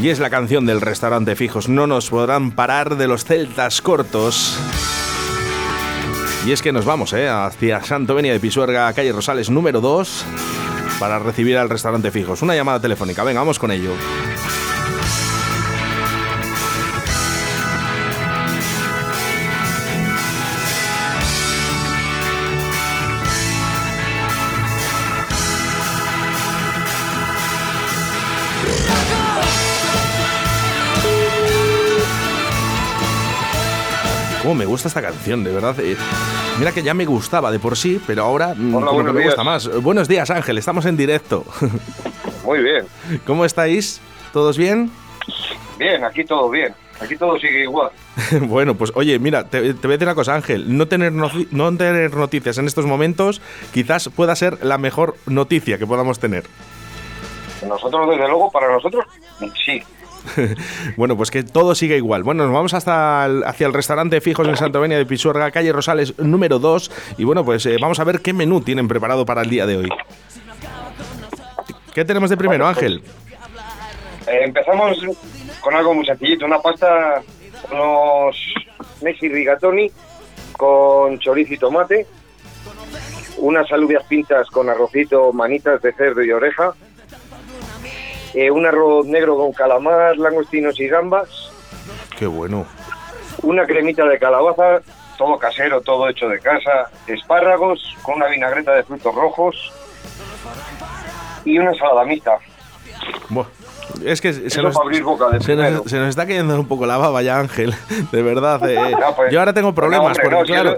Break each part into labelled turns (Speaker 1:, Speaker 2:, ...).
Speaker 1: Y es la canción del restaurante fijos. No nos podrán parar de los celtas cortos. Y es que nos vamos, ¿eh? Hacia Santo Venia de Pisuerga, calle Rosales número 2, para recibir al restaurante fijos. Una llamada telefónica. Venga, vamos con ello. Cómo me gusta esta canción, de verdad. Eh, mira que ya me gustaba de por sí, pero ahora mm, como
Speaker 2: Hola,
Speaker 1: que
Speaker 2: buenos
Speaker 1: me gusta
Speaker 2: días.
Speaker 1: más. Buenos días, Ángel. Estamos en directo.
Speaker 2: Muy bien.
Speaker 1: ¿Cómo estáis? ¿Todos bien?
Speaker 2: Bien, aquí todo bien. Aquí todo sigue igual.
Speaker 1: bueno, pues oye, mira, te, te voy a decir una cosa, Ángel. No tener, noci- no tener noticias en estos momentos quizás pueda ser la mejor noticia que podamos tener.
Speaker 2: Nosotros, desde luego, para nosotros, sí.
Speaker 1: Bueno, pues que todo sigue igual. Bueno, nos vamos hasta el- hacia el restaurante Fijos en Santo Venia de Pisuerga, calle Rosales número 2. Y bueno, pues eh, vamos a ver qué menú tienen preparado para el día de hoy. ¿Qué tenemos de primero, Ángel?
Speaker 2: Eh, empezamos con algo muy sencillito, una pasta, unos Messi rigatoni con chorizo y tomate, unas alubias pintas con arrocito, manitas de cerdo y oreja, eh, un arroz negro con calamar, langostinos y gambas,
Speaker 1: Qué bueno.
Speaker 2: una cremita de calabaza, todo casero, todo hecho de casa, espárragos con una vinagreta de frutos rojos y una ensalada mixta.
Speaker 1: Buah. Es que se
Speaker 2: Eso
Speaker 1: nos,
Speaker 2: para abrir boca de
Speaker 1: se,
Speaker 2: primero.
Speaker 1: nos, se nos está cayendo un poco la baba ya, Ángel. De verdad. eh,
Speaker 2: No, pues-
Speaker 1: yo ahora tengo problemas,
Speaker 2: no, hombre,
Speaker 1: porque
Speaker 2: no, si
Speaker 1: claro,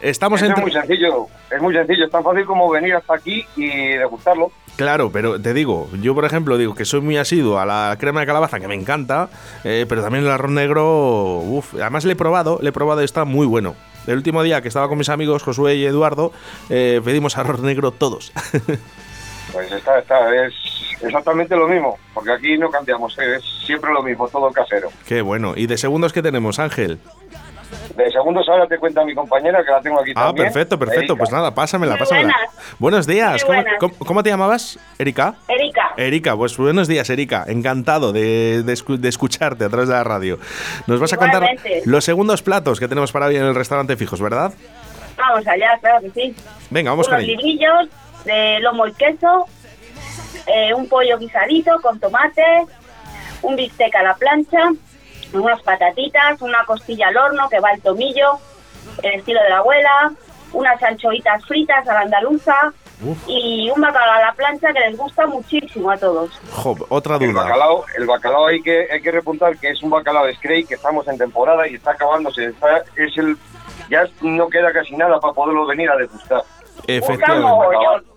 Speaker 1: estamos
Speaker 2: Eso
Speaker 1: en...
Speaker 2: es muy sencillo, es muy sencillo, es tan fácil como venir hasta aquí y degustarlo.
Speaker 1: Claro, pero te digo, yo por ejemplo digo que soy muy asiduo a la crema de calabaza, que me encanta, eh, pero también el arroz negro, uff, además le he probado, le he probado y está muy bueno. El último día que estaba con mis amigos Josué y Eduardo, eh, pedimos arroz negro todos.
Speaker 2: Pues está, está, es exactamente lo mismo, porque aquí no cambiamos, eh, es siempre lo mismo, todo casero.
Speaker 1: Qué bueno. ¿Y de segundos qué tenemos, Ángel?
Speaker 2: De segundos ahora te cuenta mi compañera que la tengo aquí
Speaker 1: Ah,
Speaker 2: también.
Speaker 1: perfecto, perfecto.
Speaker 2: Erika.
Speaker 1: Pues nada, pásamela,
Speaker 3: Muy
Speaker 1: pásamela.
Speaker 3: buenas.
Speaker 1: Buenos días.
Speaker 3: Muy
Speaker 1: ¿Cómo,
Speaker 3: buenas.
Speaker 1: cómo- cómo te llamabas, Erika?
Speaker 3: Erika,
Speaker 1: Erika, pues buenos días, Erika. Encantado de, de escu- de escucharte a través de la radio. Nos vas a contar
Speaker 3: Igualmente.
Speaker 1: los segundos platos que tenemos para hoy en el restaurante fijos, ¿verdad?
Speaker 3: vamos allá, claro que sí.
Speaker 1: Venga, vamos con
Speaker 3: Unos
Speaker 1: ello.
Speaker 3: librillos de lomo y queso, eh, un pollo guisadito con tomate, un bistec a la plancha, unas patatitas, una costilla al horno que va al tomillo, el estilo de la abuela, unas anchoitas fritas a la andaluza
Speaker 1: Uf.
Speaker 3: y un bacalao a la plancha que les gusta muchísimo a todos.
Speaker 1: Jo, otra
Speaker 2: El
Speaker 1: duda.
Speaker 2: bacalao, el bacalao hay que hay que repuntar que es un bacalao de Scray que estamos en temporada y está acabándose. está- es el ya es- no queda casi nada para poderlo venir a degustar.
Speaker 3: Gusta
Speaker 1: Efectivamente,
Speaker 3: mogollón.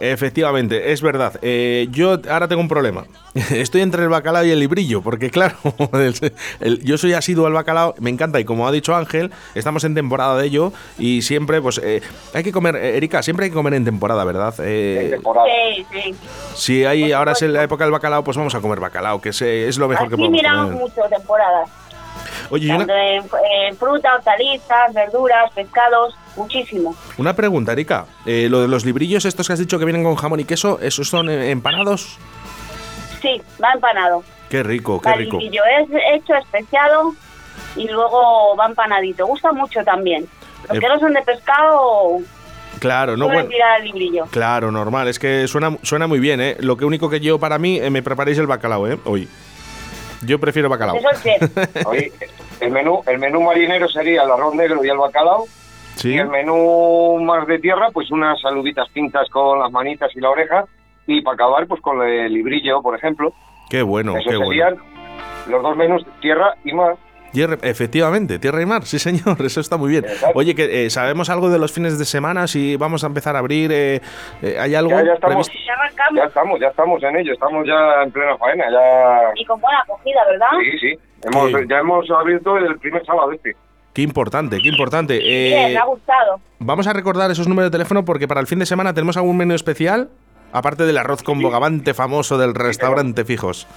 Speaker 1: efectivamente, es verdad. Eh, yo ahora tengo un problema. Estoy entre el bacalao y el librillo, porque claro, el- el- yo soy asiduo al bacalao, me encanta y como ha dicho Ángel, estamos en temporada de ello y siempre, pues, eh, hay que comer, eh, Erika, siempre hay que comer en temporada, ¿verdad? Eh,
Speaker 2: en temporada.
Speaker 3: Sí, sí.
Speaker 1: si hay ahora es la época del bacalao, pues vamos a comer bacalao, que es, eh, es lo mejor que
Speaker 3: Aquí
Speaker 1: podemos
Speaker 3: miramos
Speaker 1: comer.
Speaker 3: mucho temporadas.
Speaker 1: Oye, y una,
Speaker 3: Tanto en, en fruta, hortalizas, verduras, pescados, muchísimo.
Speaker 1: Una pregunta, Erika. Eh, lo de los librillos estos que has dicho que vienen con jamón y queso, ¿esos son eh, empanados?
Speaker 3: Sí, va empanado.
Speaker 1: Qué rico, qué
Speaker 3: Va
Speaker 1: rico.
Speaker 3: limpillo, es hecho especiado y luego va empanadito. Gusta mucho también. Los
Speaker 1: Eh,
Speaker 3: que no son de pescado,
Speaker 1: Claro, no,
Speaker 3: suelen
Speaker 1: bueno.
Speaker 3: tirar al librillo.
Speaker 1: Claro, normal. Es que suena, suena muy bien, ¿eh? Lo que único que yo para mí, eh, me preparéis el bacalao, ¿eh? Hoy. Yo prefiero bacalao.
Speaker 3: Eso es chef.
Speaker 2: Oye, el menú el menú marinero sería el arroz negro y el bacalao
Speaker 1: Sí.
Speaker 2: y el menú más de tierra pues unas saluditas pintas con las manitas y la oreja y para acabar pues con el librillo por ejemplo.
Speaker 1: Qué bueno,
Speaker 2: Eso
Speaker 1: qué
Speaker 2: serían
Speaker 1: bueno.
Speaker 2: los dos menús tierra y mar.
Speaker 1: Tierra- efectivamente, tierra y mar, sí señor, eso está muy bien.
Speaker 2: Exacto.
Speaker 1: Oye, que eh, sabemos algo de los fines de semana, si vamos a empezar a abrir, eh, eh, ¿hay algo
Speaker 2: ya estamos.
Speaker 1: previsto?
Speaker 3: Ya arrancamos.
Speaker 2: Ya estamos, ya estamos en ello, estamos ya en plena faena, ya
Speaker 3: Y con buena acogida, ¿verdad?
Speaker 2: Sí, sí. Hemos,
Speaker 1: Ah. Sí.
Speaker 2: Ya hemos abierto el primer sábado este.
Speaker 1: Qué importante, qué importante. Eh,
Speaker 3: Bien, me ha gustado.
Speaker 1: Vamos a recordar esos números de teléfono porque para el fin de semana tenemos algún menú especial, aparte del arroz con bogavante famoso del restaurante Fijos.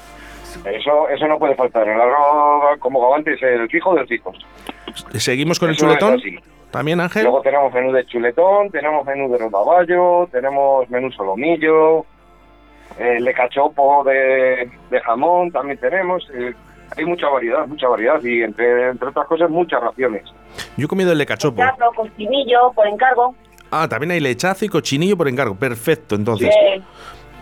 Speaker 2: Eso, eso no puede faltar. El arroz, como gabante, es el fijo del fijo.
Speaker 1: Seguimos con el
Speaker 2: Eso es
Speaker 1: chuletón.
Speaker 2: así.
Speaker 1: También Ángel.
Speaker 2: Luego tenemos menú de chuletón, tenemos menú de rodaballo, tenemos menú solomillo. el de cachopo de, de jamón también tenemos. eh, hay mucha variedad, mucha variedad y entre, entre otras cosas muchas raciones.
Speaker 1: Yo he comido el de cachopo.
Speaker 3: Cabro, costinillo, por encargo.
Speaker 1: Ah, también hay lechazo y cochinillo por encargo. Perfecto, entonces.
Speaker 3: Eh,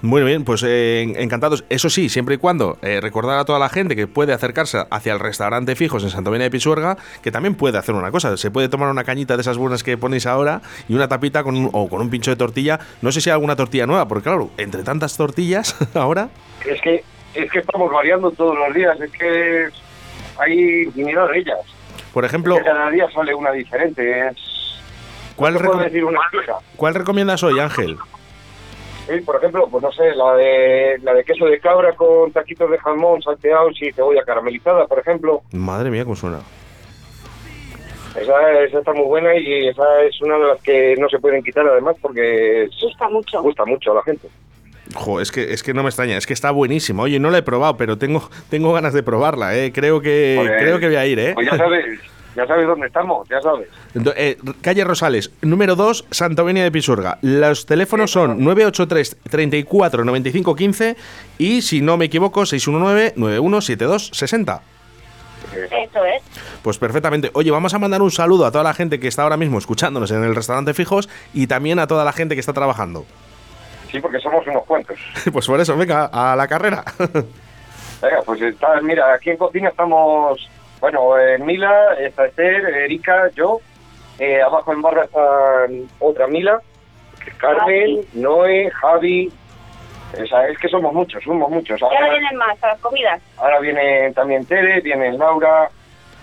Speaker 1: Muy bien, pues eh, encantados. Eso sí, siempre y cuando eh, recordar a toda la gente que puede acercarse hacia el restaurante Fijos en Santovenia de Pisuerga, que también puede hacer una cosa. Se puede tomar una cañita de esas buenas que ponéis ahora y una tapita con un- o con un pincho de tortilla. No sé si hay alguna tortilla nueva, porque claro, entre tantas tortillas ahora.
Speaker 2: Es que, es que estamos variando todos los días, es que hay infinidad de ellas.
Speaker 1: Por ejemplo,
Speaker 2: Que cada día sale una diferente. Es,
Speaker 1: ¿cuál,
Speaker 2: no puedo
Speaker 1: recom-
Speaker 2: decir una cosa.
Speaker 1: cuál recomiendas hoy, Ángel?
Speaker 2: Sí, por ejemplo, pues no sé, la de, la de queso de cabra con taquitos de jamón salteados y cebolla caramelizada, por ejemplo.
Speaker 1: Madre mía, cómo suena.
Speaker 2: Esa, esa está muy buena y esa es una de las que no se pueden quitar además porque es-
Speaker 3: gusta mucho.
Speaker 2: gusta mucho a la gente.
Speaker 1: Jo, es que, es que no me extraña, es que está buenísima. Oye, no la he probado, pero tengo, tengo ganas de probarla, ¿eh? Creo que,
Speaker 2: Pues,
Speaker 1: creo que voy a ir, ¿eh?
Speaker 2: Pues ya sabes, ya sabes dónde estamos, ya sabes.
Speaker 1: Ento- eh, calle Rosales, número 2, Santovenia de Pisurga. Los teléfonos son 983 34 95 15 y, si no me equivoco, 619 9172 60.
Speaker 2: Eh,
Speaker 3: Eso es.
Speaker 1: Pues perfectamente. Oye, vamos a mandar un saludo a toda la gente que está ahora mismo escuchándonos en el restaurante Fijos y también a toda la gente que está trabajando.
Speaker 2: Sí, porque somos unos cuantos.
Speaker 1: Pues por eso, venga, a la carrera.
Speaker 2: Venga, pues está, mira, aquí en cocina estamos, bueno, eh, Mila, está Esther, Erika, yo. Eh, abajo en barra están otra Mila, Carmen,
Speaker 3: Javi.
Speaker 2: Noé, Javi. O sea, es que somos muchos, somos muchos.
Speaker 3: Y ahora
Speaker 2: Ahora,
Speaker 3: vienen más a las comidas.
Speaker 2: ahora viene también Tere, viene Laura.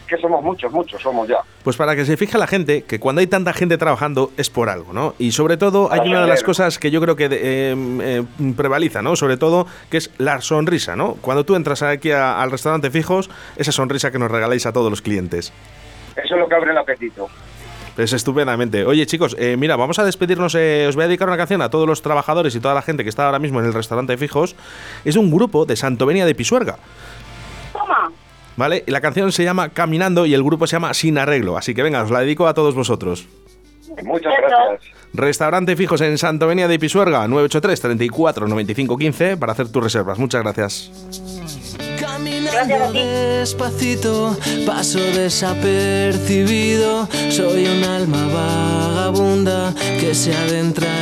Speaker 2: Que somos muchos, muchos somos ya.
Speaker 1: Pues para que se fije la gente que cuando hay tanta gente trabajando es por algo, ¿no? Y sobre todo hay
Speaker 2: Así
Speaker 1: una de las
Speaker 2: es.
Speaker 1: cosas que yo creo que de- eh, eh, prevaliza, ¿no? Sobre todo que es la sonrisa, ¿no? Cuando tú entras aquí a- al restaurante fijos, esa sonrisa que nos regaláis a todos los clientes.
Speaker 2: Eso es lo que abre el apetito.
Speaker 1: Es estupendamente. Oye chicos, eh, mira, vamos a despedirnos, eh, os voy a dedicar una canción a todos los trabajadores y toda la gente que está ahora mismo en el restaurante fijos. Es de un grupo de Santovenia de Pisuerga.
Speaker 3: Toma.
Speaker 1: ¿Vale? Y la canción se llama Caminando y el grupo se llama Sin Arreglo. Así que venga, os la dedico a todos vosotros.
Speaker 2: Muchas
Speaker 3: Eso.
Speaker 2: gracias.
Speaker 1: Restaurante Fijos en Santovenia de Pisuerga, 983 34 95 15 para hacer tus reservas. Muchas gracias.
Speaker 3: Gracias a
Speaker 4: Caminando
Speaker 3: ti.
Speaker 4: despacito, paso desapercibido. Soy un alma vagabunda que se adentra en.